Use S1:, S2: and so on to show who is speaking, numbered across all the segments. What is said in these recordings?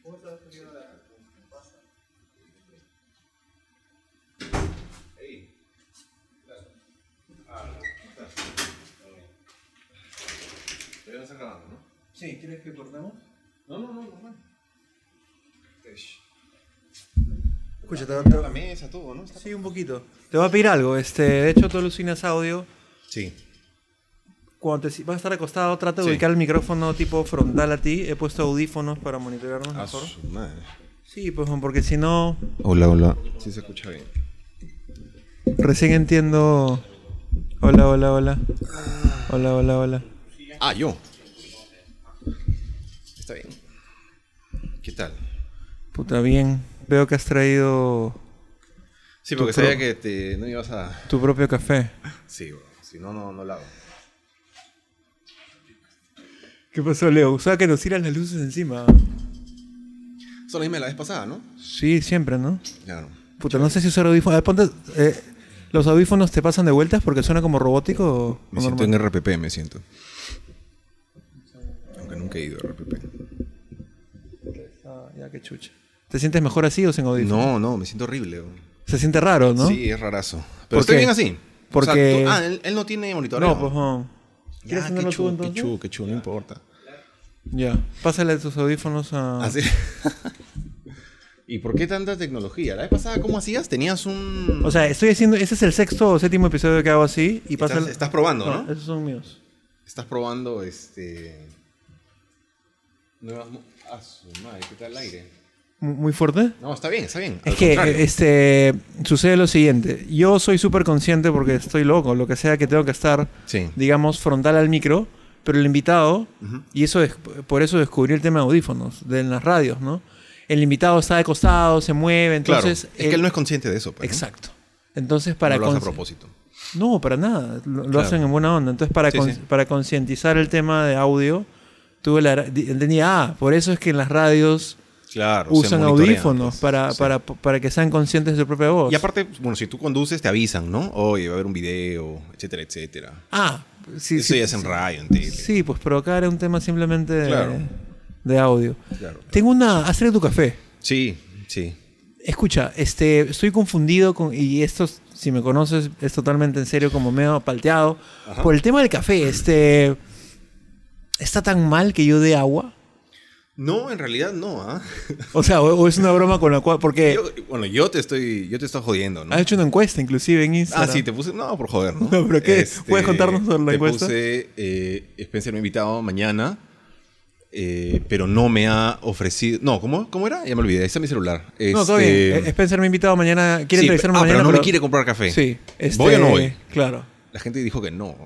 S1: señora de acá. ¿Qué pasa? Ey. Claro. Ah, ¿cómo estás? Todo bien. Todavía no están grabando, ¿no?
S2: Sí, ¿quieres que cortemos?
S1: No, no, no, normal.
S2: Escucha, te va a pedir-
S1: la mesa, todo, ¿no?
S2: Sí, un poquito. Te voy a pedir algo. Este, de hecho, tú alucinas audio.
S1: Sí.
S2: Cuando te si- vas a estar acostado, trata de
S1: Sí.
S2: ubicar el micrófono tipo frontal a ti. He puesto audífonos para monitorearnos
S1: A
S2: mejor.
S1: su madre.
S2: Sí, pues porque si no,
S1: Hola, hola. Sí se escucha bien.
S2: recién entiendo. Hola, hola, hola. Hola, hola, hola.
S1: Ah, yo. Está bien. ¿Qué tal?
S2: Puta, bien. Veo que has traído
S1: Sí,
S2: Tu
S1: porque
S2: pro-
S1: sabía que te, no ibas a...
S2: tu propio café.
S1: Sí, bueno, si no, no, no la hago.
S2: ¿Qué pasó, Leo? Usaba que nos tiran las luces encima.
S1: Son la misma de la vez pasada, ¿no?
S2: Sí, siempre, ¿no?
S1: Claro.
S2: Puta, no sé si usar audífonos. A ver, ponte. eh, ¿Los audífonos te pasan de vueltas porque suena como robótico o- o
S1: Me siento
S2: normal?
S1: en RPP, me siento. Aunque nunca he ido a RPP.
S2: Ah, ya, qué chucha. ¿Te sientes mejor así o sin audífonos?
S1: No, no, me siento horrible. bro.
S2: Se siente raro, ¿no?
S1: Sí, es rarazo.
S2: ¿Por
S1: Pero estoy
S2: qué?
S1: bien así. O sea,
S2: Porque-
S1: tú- ah, él, él no tiene monitoreo.
S2: No, pues no. ¿Quieres
S1: Ya,
S2: hacerlo
S1: qué
S2: tú
S1: chulo,
S2: entonces?
S1: qué chulo, qué chulo, no importa.
S2: Ya. Pásale tus audífonos a.
S1: Así. ¿Y por qué tanta tecnología? La vez pasada, ¿cómo hacías? Tenías un...
S2: O sea, estoy haciendo. Ese es el sexto o séptimo episodio que hago así. Y
S1: estás,
S2: pásale.
S1: estás probando, ¿no?
S2: esos son míos.
S1: Estás probando, este... Nuevas... mo- Ah, su madre, ¿qué tal el aire?
S2: ¿Mu- ¿Muy fuerte?
S1: No, está bien, está bien. al
S2: Es que
S1: contrario.
S2: eh, este sucede lo siguiente. Yo soy súper consciente porque estoy loco, lo que sea que tengo que estar,
S1: Sí.
S2: digamos, frontal al micro, pero el invitado,
S1: Ujú.
S2: y eso es, por eso descubrí el tema de audífonos, de en las radios, ¿no? El invitado está de costado, se mueve,
S1: Claro,
S2: entonces...
S1: es que él no es consciente de eso. pues, ¿no?
S2: Exacto. Entonces para...
S1: No lo hace a
S2: cons-
S1: propósito.
S2: no, para nada. Lo, lo
S1: Claro.
S2: hacen en buena onda. Entonces, para,
S1: Sí,
S2: cons-
S1: sí.
S2: para concientizar el tema de audio, tuve la. di- Entendí, ah, por eso es que en las radios
S1: Claro. se
S2: usan
S1: monitorean,
S2: audífonos
S1: pues,
S2: para,
S1: sí.
S2: para, para que sean conscientes de su propia voz.
S1: Y aparte, bueno, si tú conduces, te avisan, ¿no? Oye, va a haber un video, etcétera, etcétera.
S2: ah, sí,
S1: eso
S2: sí,
S1: ya es en
S2: sí.
S1: radio, en tele.
S2: Sí, pues provocar un tema simplemente de,
S1: Claro.
S2: de audio.
S1: Claro.
S2: Tengo una. Hazle tu café.
S1: Sí, sí.
S2: Escucha, este, estoy confundido con, y esto, si me conoces, es totalmente en serio, como medio palteado,
S1: Ajá.
S2: por el tema del café. Este, ¿Está tan mal que yo dé agua?
S1: No, en realidad no, ¿ah?
S2: O sea, o, o es una broma con la cual, porque
S1: Yo- bueno, yo te estoy, yo te estoy jodiendo, ¿no?
S2: has hecho una encuesta inclusive en
S1: Ah,
S2: Instagram.
S1: sí, te puse. No, por joder, ¿no?
S2: Ah,
S1: Este,
S2: No, pero ¿qué? ¿Puedes contarnos sobre la
S1: te
S2: encuesta?
S1: Puse, eh, Spencer me ha invitado mañana, eh, pero no me ha ofrecido. No, ¿cómo, ¿cómo era? Ya me olvidé, ahí está mi celular.
S2: No, todo bien.
S1: Este,
S2: Eh, Spencer me ha invitado mañana, quiere
S1: sí,
S2: entrevistarme
S1: ah,
S2: mañana.
S1: Pero no me quiere comprar café.
S2: Sí. este,
S1: ¿Voy o no voy?
S2: Claro.
S1: La gente dijo que no.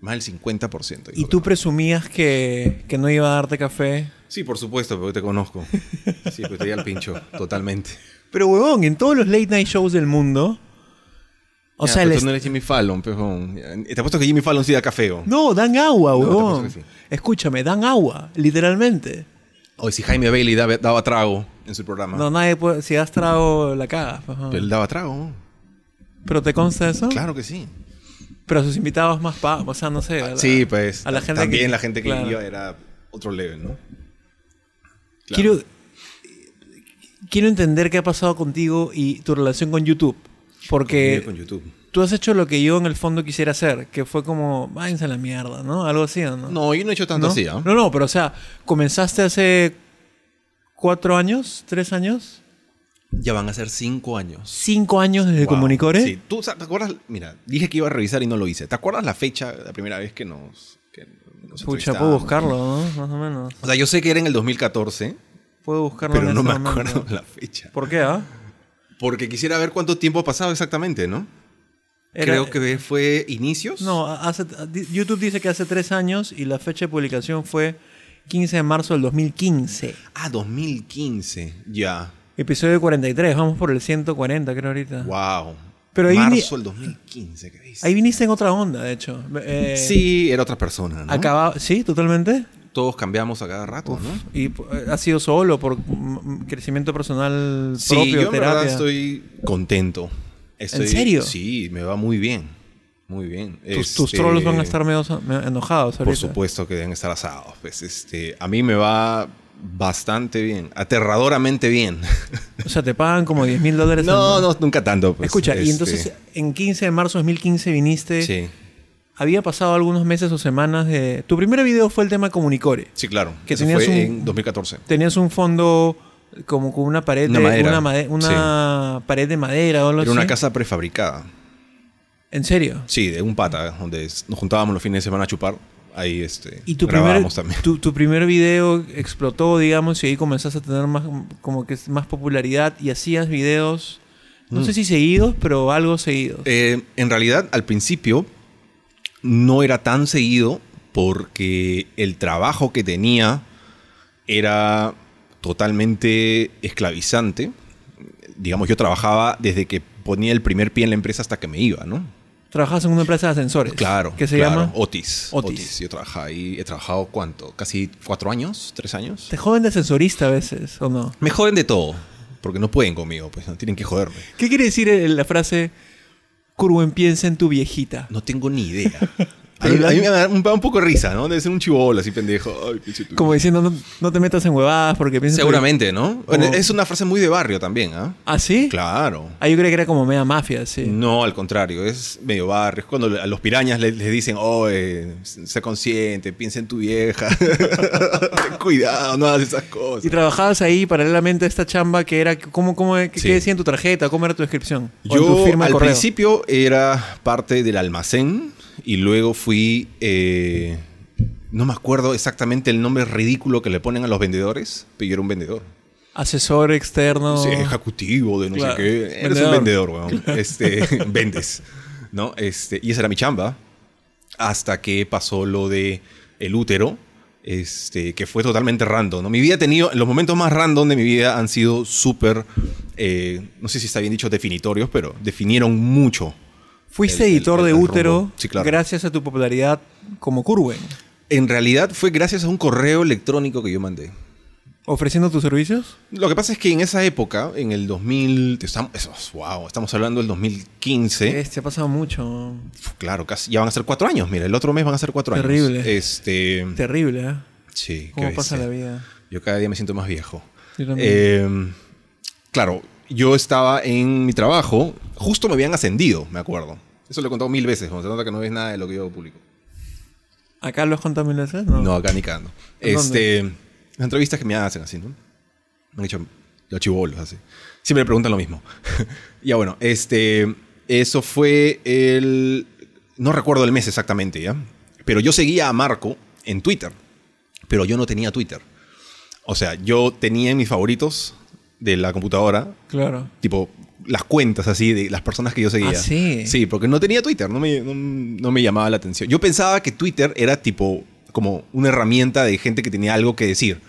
S1: Más del 50%.
S2: Y
S1: dijo
S2: tú
S1: que no.
S2: presumías que, que no iba a darte café.
S1: Sí, por supuesto, porque te conozco. Sí, porque estoy al pincho, totalmente.
S2: Pero huevón, en todos los late night shows del mundo, o
S1: Ya,
S2: sea,
S1: pero
S2: el
S1: tú no eres Jimmy Fallon, pejón. Te apuesto que Jimmy Fallon sí da café. ¿o?
S2: No, dan agua,
S1: No, te
S2: huevón.
S1: apuesto que sí.
S2: Escúchame, dan agua, literalmente.
S1: O si Jaime Bailey daba, daba trago en su programa.
S2: No, nadie puede, si has trago la cagas. ajá.
S1: Pero él daba trago.
S2: Pero te consta eso.
S1: Claro que sí.
S2: Pero a sus invitados más pa, o sea, no sé. a la-
S1: sí, pues.
S2: A la gente
S1: también
S2: que-
S1: la gente que
S2: claro.
S1: iba era otro level, ¿no? Claro.
S2: Quiero, quiero entender qué ha pasado contigo y tu relación con YouTube. Porque
S1: Vive con YouTube.
S2: tú has hecho lo que yo en el fondo quisiera hacer, que fue como, váyanse a la mierda, ¿no? Algo así, ¿o ¿no?
S1: No, yo no he hecho tanto
S2: ¿No?
S1: así, ¿ah?
S2: No, no, pero o sea, comenzaste hace cuatro años, tres años,
S1: Ya van a ser cinco años.
S2: cinco años desde
S1: Wow,
S2: Comunicore.
S1: Sí, tú sa- te acuerdas, mira, dije que iba a revisar y no lo hice. ¿Te acuerdas la fecha, la primera vez que nos. Que nos
S2: Pucha,
S1: entrevistamos?
S2: puedo buscarlo, ¿no? Más o menos.
S1: O sea, yo sé que era en el 2014,
S2: Puedo buscarlo
S1: pero
S2: en
S1: no
S2: ese
S1: me
S2: momento.
S1: acuerdo la fecha.
S2: ¿Por qué, ah?
S1: Porque quisiera ver cuánto tiempo ha pasado exactamente, ¿no?
S2: Era-
S1: Creo que fue inicios.
S2: No, hace, di- YouTube dice que hace tres años y la fecha de publicación fue 15 de marzo del 2015.
S1: Ah, 2015. Ya.
S2: Episodio 43, vamos por el 140 creo ahorita.
S1: Wow.
S2: Pero ahí vi-
S1: Marzo del 2015, ¿qué dices?
S2: Ahí viniste en otra onda, de hecho. Eh,
S1: Sí, era otra persona, ¿no?
S2: acaba- sí, totalmente.
S1: Todos cambiamos a cada rato, ¿no?
S2: Y eh, has sido solo por mm, mm, crecimiento personal
S1: Sí,
S2: propio,
S1: yo en
S2: terapia.
S1: verdad estoy contento. Estoy-
S2: serio?
S1: Sí, me va muy bien. Muy bien.
S2: Tus, tus
S1: Este,
S2: trolls van a estar medio, medio enojados
S1: Por
S2: ahorita.
S1: supuesto que deben estar asados. Pues, este, a mí me va bastante bien, aterradoramente bien.
S2: O sea, te pagan como 10 mil dólares. al
S1: no,
S2: mes.
S1: no, nunca tanto. pues,
S2: Escucha, y
S1: este,
S2: entonces en 15 de marzo de 2015 viniste.
S1: Sí,
S2: Había pasado algunos meses o semanas de. Tu primer video fue el tema Comunicore.
S1: sí, claro.
S2: Que
S1: Eso
S2: tenías
S1: fue
S2: un-
S1: en 2014.
S2: Tenías un fondo como con una pared
S1: Una
S2: de
S1: madera.
S2: una, made- una pared de madera o algo
S1: Era una
S2: así.
S1: casa prefabricada.
S2: ¿En serio?
S1: Sí, de un pata, donde es- nos juntábamos los fines de semana a chupar. Ahí este,
S2: Y tu primer,
S1: grabábamos también.
S2: tu, tu primer video explotó, digamos, y ahí comenzaste a tener más, como que más popularidad y hacías videos, no sé si seguidos, pero algo seguidos.
S1: Mm. Eh, en realidad, al principio no era tan seguido porque el trabajo que tenía era totalmente esclavizante. Digamos, yo trabajaba desde que ponía el primer pie en la empresa hasta que me iba, ¿no?
S2: Trabajabas en una empresa de ascensores.
S1: Claro.
S2: Que se
S1: claro.
S2: llama...
S1: Otis.
S2: Otis.
S1: Otis. Yo trabajaba ahí. He trabajado cuánto? ¿Casi cuatro años? ¿Tres años?
S2: Te joden de ascensorista a veces, ¿o no?
S1: Me joden de todo. Porque no pueden conmigo, pues no tienen que joderme.
S2: ¿Qué quiere decir eh, la frase Curwen piensa en tu viejita?
S1: No tengo ni idea. A
S2: Pero
S1: mí,
S2: la-
S1: a mí me da un, me da un poco de risa, ¿no? Debe ser un chivolo así pendejo. Ay, pinche tu-
S2: Como diciendo, no, no te metas en huevadas porque piensa... en tu
S1: Seguramente, ¿no? Bueno,
S2: Como-
S1: Es una frase muy de barrio también, ¿ah?
S2: vie- ¿Ah, sí?
S1: Claro.
S2: Ah, yo creía que era como media mafia, sí.
S1: No, al contrario, es medio barrio. Es cuando a los pirañas le- les, dicen, oh, eh, sé consciente, piensa en tu vieja. Ten Cuidado, no hagas esas
S2: Y
S1: cosas.
S2: trabajabas ahí paralelamente a esta chamba que era... ¿Cómo, cómo, qué, qué
S1: Sí.
S2: decía en tu tarjeta? ¿Cómo era tu descripción? ¿O en tu
S1: Yo
S2: firma de
S1: al
S2: correo?
S1: principio era parte del almacén y luego fui, eh, no me acuerdo exactamente el nombre ridículo que le ponen a los vendedores, pero yo era un vendedor.
S2: Asesor externo.
S1: Sí, ejecutivo de no
S2: Claro.
S1: sé qué. Eres
S2: Vendedor.
S1: un vendedor, weón. Este, vendes. ¿No? Este, y esa era mi chamba. Hasta que pasó lo de el útero. Este, que fue totalmente random. ¿no? Mi vida ha tenido. Los momentos más random de mi vida han sido súper. eh, no sé si está bien dicho definitorios, pero definieron mucho.
S2: Fuiste
S1: el- el-
S2: editor
S1: el-
S2: de
S1: el
S2: útero
S1: rumbo. Sí, claro.
S2: gracias a tu popularidad como Curwen.
S1: En realidad fue gracias a un correo electrónico que yo mandé.
S2: ¿Ofreciendo tus servicios?
S1: Lo que pasa es que en esa época, en el 2000, estamos, wow, estamos hablando del 2015.
S2: Este, ha pasado mucho.
S1: Uf, Claro, casi, ya van a ser cuatro años. Mira, el otro mes van a ser cuatro años.
S2: Terrible.
S1: Este,
S2: Terrible, ¿eh?
S1: sí, qué
S2: ¿Cómo pasa
S1: bestia.
S2: la vida?
S1: Yo cada día me siento más viejo.
S2: Yo también.
S1: Eh, claro, yo estaba en mi trabajo, justo me habían ascendido, me acuerdo. Eso lo he contado mil veces, como se nota que no ves nada de lo que yo publico.
S2: ¿Acá lo has contado mil veces?
S1: No,
S2: No.
S1: acá ni cagando.
S2: ¿En dónde?
S1: Este, las entrevistas que me hacen así, ¿no? Me han dicho los chivolos, así. Siempre me preguntan lo mismo. ya bueno, este, eso fue el... No recuerdo el mes exactamente, ¿ya? Pero yo seguía a Marco en Twitter, pero yo no tenía Twitter. O sea, yo tenía en mis favoritos de la computadora,
S2: Claro.
S1: tipo, las cuentas así de las personas que yo seguía.
S2: Ah, sí.
S1: Sí, porque no tenía Twitter, no me, no, no me llamaba la atención. Yo pensaba que Twitter era tipo como una herramienta de gente que tenía algo que decir.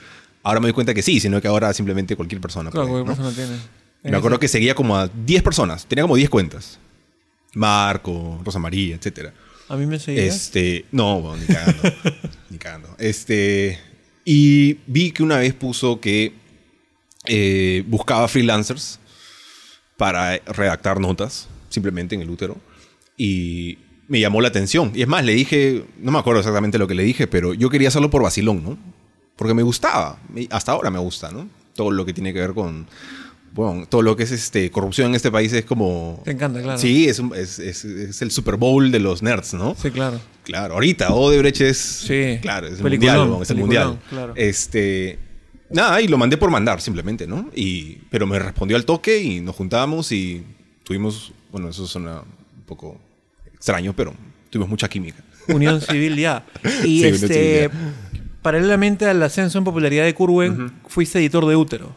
S1: Ahora me doy cuenta que sí, sino que ahora simplemente cualquier persona.
S2: Claro,
S1: puede,
S2: cualquier
S1: ¿no?
S2: persona tiene.
S1: Me acuerdo que seguía como a 10 personas, tenía como 10 cuentas. Marco, Rosa María, etcétera.
S2: ¿A mí me seguías?
S1: Este, no, bueno, ni cagando. ni cagando. Este, y vi que una vez puso que eh, buscaba freelancers para redactar notas, simplemente en el útero. Y me llamó la atención. Y es más, le dije, no me acuerdo exactamente lo que le dije, pero yo quería hacerlo por vacilón, ¿no? Porque me gustaba. Me- Hasta ahora me gusta, ¿no? Todo lo que tiene que ver con. Bueno, todo lo que es este, corrupción en este país es como.
S2: Te encanta, claro.
S1: Sí, es, un- es- es- es el Super Bowl de los nerds, ¿no?
S2: Sí, claro.
S1: Claro, ahorita Odebrecht es.
S2: Sí.
S1: Claro, es el
S2: Peliculón,
S1: mundial. weón, Es el
S2: peliculón,
S1: mundial.
S2: claro.
S1: Este. Nada, y lo mandé por mandar, simplemente, ¿no? Y, pero me respondió al toque y nos juntamos y tuvimos. Bueno, eso suena un poco extraño, pero tuvimos mucha química.
S2: Unión Civil ya. Y
S1: Sí, Unión
S2: este,
S1: Civil
S2: paralelamente al ascenso en popularidad de Curwen, fuiste editor de útero.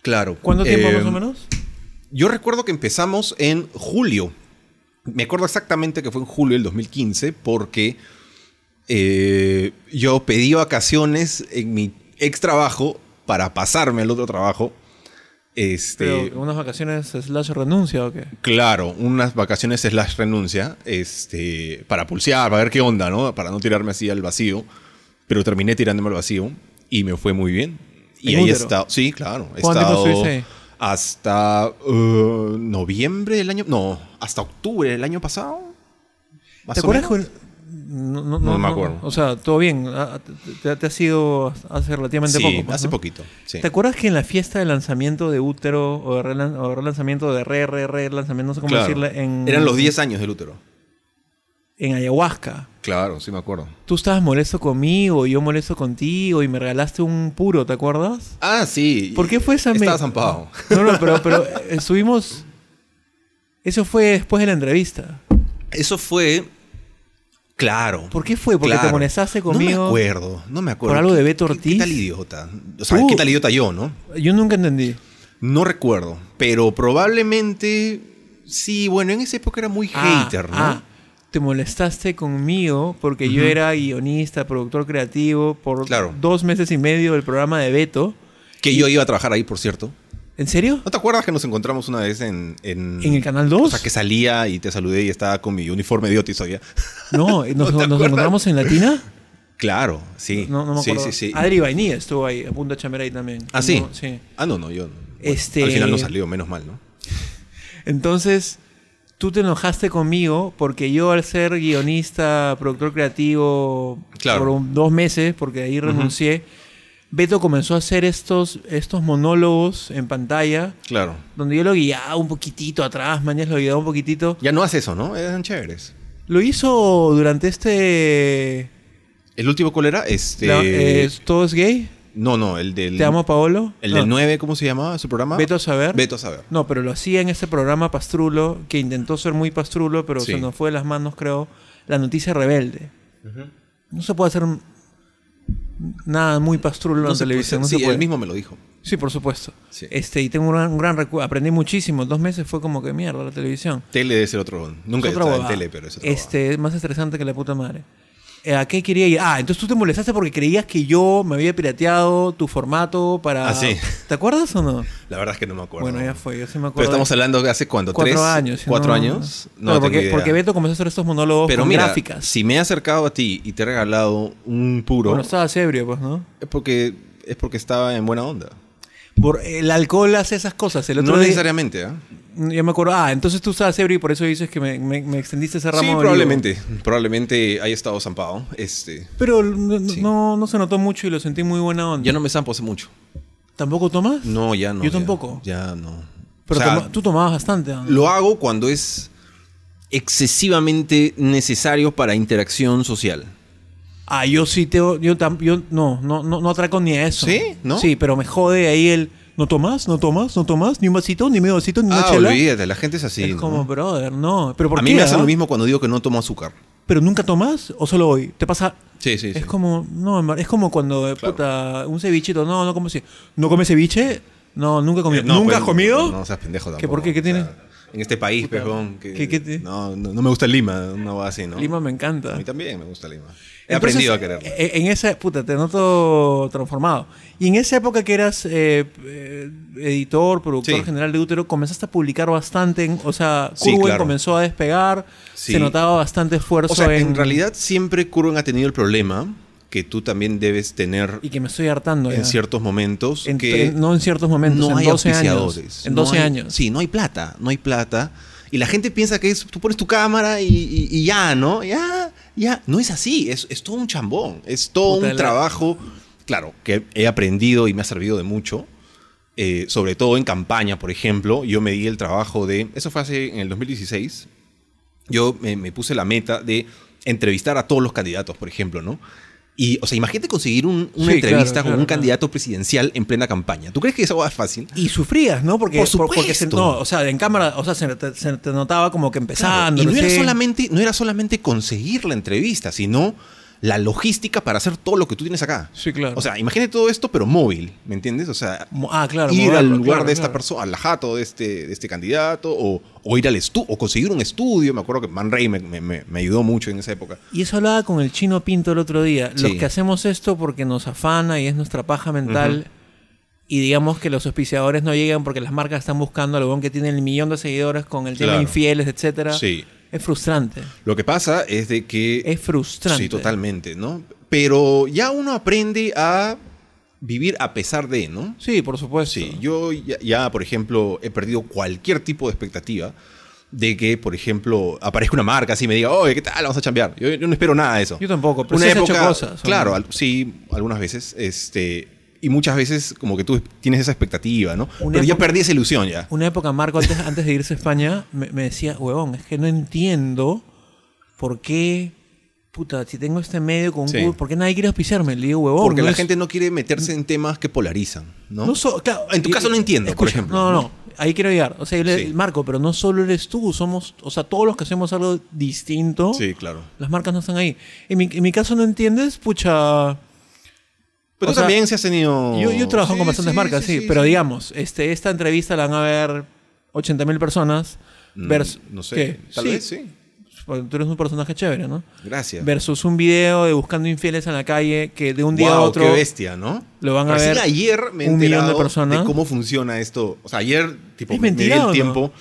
S1: Claro.
S2: ¿Cuánto tiempo
S1: Eh,
S2: más o menos?
S1: Yo recuerdo que empezamos en julio. Me acuerdo exactamente que fue en julio del 2015 porque eh, yo pedí vacaciones en mi ex trabajo para pasarme al otro trabajo. Este,
S2: Pero, ¿Unas vacaciones slash renuncia o qué?
S1: claro, unas vacaciones slash renuncia este, para pulsear, para ver qué onda, ¿no? Para no tirarme así al vacío. Pero terminé tirándome al vacío y me fue muy bien. Y
S2: ¿En
S1: ahí he
S2: útero?
S1: estado. Sí, claro. he
S2: ¿Cuánto tiempo
S1: estado
S2: estuviste ahí?
S1: Hasta eh, noviembre del año. No, hasta octubre del año pasado. más
S2: ¿Te
S1: o
S2: acuerdas
S1: menos.
S2: que No, no,
S1: No me
S2: no-
S1: acuerdo.
S2: O sea, todo bien. Ah, Te, te ha sido hace relativamente
S1: Sí,
S2: poco. pues,
S1: hace
S2: ¿no?
S1: poquito. Sí.
S2: ¿Te acuerdas que en la fiesta de lanzamiento de útero o de relan- o de relanzamiento de re, re, re, lanzamiento, no sé cómo
S1: Claro.
S2: decirle, en,
S1: Eran los 10 años del útero.
S2: en ayahuasca?
S1: Claro, sí me acuerdo.
S2: Tú estabas molesto conmigo, yo molesto contigo y me regalaste un puro, ¿te acuerdas?
S1: Ah, sí.
S2: ¿Por qué fue esa me- Ah.
S1: Estaba zampado.
S2: No, no, pero, pero eh, estuvimos... Eso fue después de la entrevista.
S1: Eso fue. Claro.
S2: ¿Por qué fue? ¿Porque te molestaste
S1: No
S2: conmigo?
S1: me acuerdo, no me acuerdo.
S2: ¿Por algo de Beto
S1: ¿Qué-
S2: Ortiz?
S1: ¿Qué tal idiota? O sea,
S2: Tú-
S1: ¿qué tal idiota yo, no?
S2: Yo nunca entendí.
S1: No recuerdo, pero probablemente sí, bueno, en esa época era muy
S2: Ah,
S1: hater, ¿no?
S2: ah, te molestaste conmigo porque yo era guionista, productor creativo por
S1: Claro.
S2: dos meses y medio del programa de Beto.
S1: Que yo iba a trabajar ahí, por cierto.
S2: ¿En serio?
S1: ¿No te acuerdas que nos encontramos una vez en... En,
S2: ¿En el Canal
S1: Mm. O
S2: 2?
S1: sea, que salía y te saludé y estaba con mi uniforme de Otis todavía.
S2: No, eh, ¿nos, nos encontramos en Latina?
S1: Claro, sí.
S2: No, no me
S1: sí,
S2: acuerdo.
S1: sí, sí.
S2: Adri Vainilla estuvo ahí, a punto de chamera ahí también.
S1: Ah, sí.
S2: No, sí.
S1: Ah, no, no, yo... bueno,
S2: Este-
S1: Al final no salió, menos mal, ¿no?
S2: Entonces, tú te enojaste conmigo porque yo al ser guionista, productor creativo
S1: Claro.
S2: por un- dos meses, porque ahí renuncié, Beto comenzó a hacer estos, estos monólogos en pantalla.
S1: Claro.
S2: Donde yo lo guiaba un poquitito atrás, mañana lo guiaba un poquitito.
S1: Ya no hace eso, ¿no? Eran chéveres.
S2: Lo hizo durante este...
S1: ¿El último cuál era? Este...
S2: la- eh, ¿Todo es gay?
S1: No, no, el del...
S2: ¿Te amo, Paolo?
S1: El
S2: No.
S1: del 9, ¿cómo se llamaba su programa?
S2: Ah. Beto a saber.
S1: Beto a saber.
S2: No, pero lo hacía en este programa Pastrulo, que intentó ser muy Pastrulo, pero
S1: Sí.
S2: se nos fue de las manos, creo, la noticia rebelde. No se puede hacer nada muy Pastrulo en
S1: se
S2: televisión.
S1: puede-
S2: no
S1: pues, sí,
S2: se puede.
S1: él mismo me lo dijo.
S2: Sí, por supuesto.
S1: Sí.
S2: Este, y tengo un gran, un gran recuerdo. Aprendí muchísimo. Dos meses fue como que mierda la televisión.
S1: Tele es el otro. Nunca he
S2: Es otra
S1: estado en
S2: huevada.
S1: tele, pero es otra
S2: Este, es más estresante que la puta madre. Eh, ¿A qué quería ir? Ah, entonces tú te molestaste porque creías que yo me había pirateado tu formato para...
S1: Ah, sí.
S2: ¿Te acuerdas o no?
S1: huevada. La verdad es que no me acuerdo.
S2: Bueno, ya fue. Yo sí me acuerdo.
S1: Pero estamos
S2: de
S1: hablando de hace cuánto,
S2: cuatro
S1: tres,
S2: años. si
S1: cuatro
S2: no-
S1: años. No,
S2: Claro,
S1: tengo
S2: porque,
S1: idea.
S2: porque Beto comenzó a hacer estos monólogos
S1: pero
S2: con
S1: mira,
S2: gráficas.
S1: si me he acercado a ti y te he regalado un puro,
S2: Bueno, estabas ebrio, pues, ¿no?
S1: es porque es porque estaba en buena onda.
S2: Por, el alcohol hace esas cosas. El otro
S1: No
S2: día-
S1: necesariamente, ¿ah?
S2: Yo me acuerdo. Ah, entonces tú estabas ebrio y por eso dices que me, me- me extendiste ese ramo.
S1: Sí,
S2: de olivo.
S1: probablemente, probablemente haya estado zampado. Este,
S2: Pero no, no-
S1: Sí.
S2: no, no se notó mucho y lo sentí muy buena onda.
S1: ya no me zampo hace mucho.
S2: ¿Tampoco tomas?
S1: No, ya no.
S2: Yo
S1: ya-
S2: tampoco.
S1: Ya, no.
S2: Pero
S1: O sea,
S2: toma- tú tomabas bastante. ¿no?
S1: Lo hago cuando es excesivamente necesario para interacción social.
S2: Ah, yo sí te... Yo, tam- yo no, no, no, no atraco ni a eso.
S1: ¿Sí? ¿No?
S2: Sí, pero me jode ahí el... ¿No tomas? ¿No tomas? ¿No tomas? ¿Ni un vasito? ¿Ni medio vasito? ¿Ni una
S1: Ah,
S2: chela?
S1: olvídate, la gente es así.
S2: es
S1: ¿no?
S2: como, brother, no. ¿Pero por
S1: a
S2: qué?
S1: mí me hace
S2: ah?
S1: lo mismo cuando digo que no tomo azúcar.
S2: ¿Pero nunca tomas o solo hoy? ¿Te pasa...?
S1: Sí, sí,
S2: Es como... No, en verdad, es como cuando, eh,
S1: Claro.
S2: puta, un cevichito. No, no como si... ¿No comes ceviche? No, nunca he comido. ¿Nunca has comido?
S1: Eh, No, seas pendejo tampoco.
S2: ¿Qué por qué? ¿Qué
S1: O sea,
S2: tiene?
S1: en este país,
S2: Puta.
S1: pejón. Que,
S2: ¿Qué- qué te-
S1: No, no, no me gusta Lima, una va así, ¿no?
S2: Lima me encanta.
S1: A mí también me gusta Lima. He
S2: Entonces,
S1: aprendido a quererla.
S2: e- En esa, puta, te noto transformado. Y en esa época que eras eh, eh, editor, productor
S1: Sí.
S2: general de Útero, comenzaste a publicar bastante. en- o sea,
S1: Sí,
S2: Curwen
S1: claro.
S2: comenzó a despegar.
S1: Sí.
S2: Se notaba bastante esfuerzo
S1: O sea,
S2: en,
S1: en realidad siempre Curwen ha tenido el problema que tú también debes tener
S2: Y que me estoy hartando. ya.
S1: en ciertos momentos.
S2: En-
S1: que
S2: en- no en ciertos momentos, en 12 años.
S1: auspiciadores,
S2: En
S1: no
S2: 12
S1: hay-
S2: años.
S1: Sí, no hay plata, no hay plata. Y la gente piensa que es, tú pones tu cámara y, y- y ya, ¿no? Ya, ya. No es así, es, es todo un chambón, es todo
S2: Puta
S1: un
S2: la-
S1: trabajo, claro, que he aprendido y me ha servido de mucho. Eh, sobre todo en campaña, por ejemplo, yo me di el trabajo de, eso fue hace en el 2016, yo me, me puse la meta de entrevistar a todos los candidatos, por ejemplo, ¿no? Y, o sea, imagínate conseguir un- una
S2: Sí, claro,
S1: entrevista con un
S2: claro, claro.
S1: candidato presidencial en plena campaña. ¿Tú crees que eso es fácil?
S2: Y sufrías, ¿no? Porque,
S1: Por
S2: porque se-
S1: supuesto.
S2: no, o sea, en cámara, o sea, se te, se te notaba como que
S1: Claro,
S2: empezando.
S1: y no era,
S2: recién.
S1: solamente, no era solamente conseguir la entrevista, sino la logística para hacer todo lo que tú tienes acá.
S2: Sí, claro.
S1: O sea, imagínate todo esto, pero móvil, ¿me entiendes? O sea,
S2: Mo- ah, claro,
S1: ir al
S2: moverlo,
S1: lugar
S2: claro,
S1: de esta
S2: claro.
S1: persona, al la jato de este, de este candidato, o, o ir al estudio, o conseguir un estudio. Me acuerdo que Man Ray me, me- me- me ayudó mucho en esa época.
S2: Y eso hablaba con el chino Pinto el otro día. Los
S1: Sí.
S2: que hacemos esto porque nos afana y es nuestra paja mental. Y digamos que los auspiciadores no llegan porque las marcas están buscando al huevón que tiene el millón de seguidores con el tema
S1: Claro.
S2: infieles, etcétera.
S1: Sí.
S2: Es frustrante.
S1: Lo que pasa es de que...
S2: Es frustrante.
S1: Sí, totalmente, ¿no? Pero ya uno aprende a vivir a pesar de, ¿no?
S2: Sí, por supuesto.
S1: Sí, yo ya, ya, por ejemplo, he perdido cualquier tipo de expectativa de que, por ejemplo, aparezca una marca así y me diga, oye, ¿qué tal? Vamos a chambear. Yo, yo no espero nada de eso.
S2: Yo tampoco, pero sí has hecho cosas, ¿o
S1: Claro,
S2: no?
S1: al- sí, algunas veces. Este, y muchas veces como que tú tienes esa expectativa, ¿no?
S2: Una
S1: pero yo
S2: época-
S1: perdí esa ilusión ya.
S2: Una época, Marco, antes, antes de irse a España, me, me decía, huevón, es que no entiendo por qué, puta, si tengo este medio con
S1: Sí.
S2: Google, ¿por qué nadie quiere auspiciarme? Le digo, huevón.
S1: Porque
S2: no
S1: la
S2: es-
S1: gente no quiere meterse en temas que polarizan, ¿no?
S2: No so- claro,
S1: en tu
S2: y-
S1: caso no entiendo, por
S2: escucha,
S1: ejemplo.
S2: No, no, no. Ahí quiero llegar. O sea, yo le-
S1: Sí.
S2: Marco, pero no solo eres tú, somos, o sea, todos los que hacemos algo distinto,
S1: Sí, claro.
S2: las marcas no están ahí. En mi, en mi caso no entiendes, pucha.
S1: Pero
S2: O
S1: tú
S2: sea,
S1: también se has tenido...
S2: Yo, yo trabajo
S1: Sí,
S2: con bastantes
S1: sí,
S2: marcas, sí, pero digamos, este, esta entrevista la van a ver 80.000 personas.
S1: Mm,
S2: vers-
S1: no sé,
S2: ¿qué?
S1: tal vez sí.
S2: pues, Porque tú eres un personaje chévere, ¿no?
S1: Gracias.
S2: Versus un video de buscando infieles en la calle que de un día a
S1: Guau,
S2: otro.
S1: qué bestia, ¿no?
S2: lo van a
S1: Recién
S2: ver
S1: ayer me he
S2: un millón de
S1: enterado de,
S2: personas.
S1: cómo funciona esto. O sea, ayer, tipo,
S2: ¿Es
S1: me, me di
S2: mentira o
S1: el
S2: no?
S1: tiempo.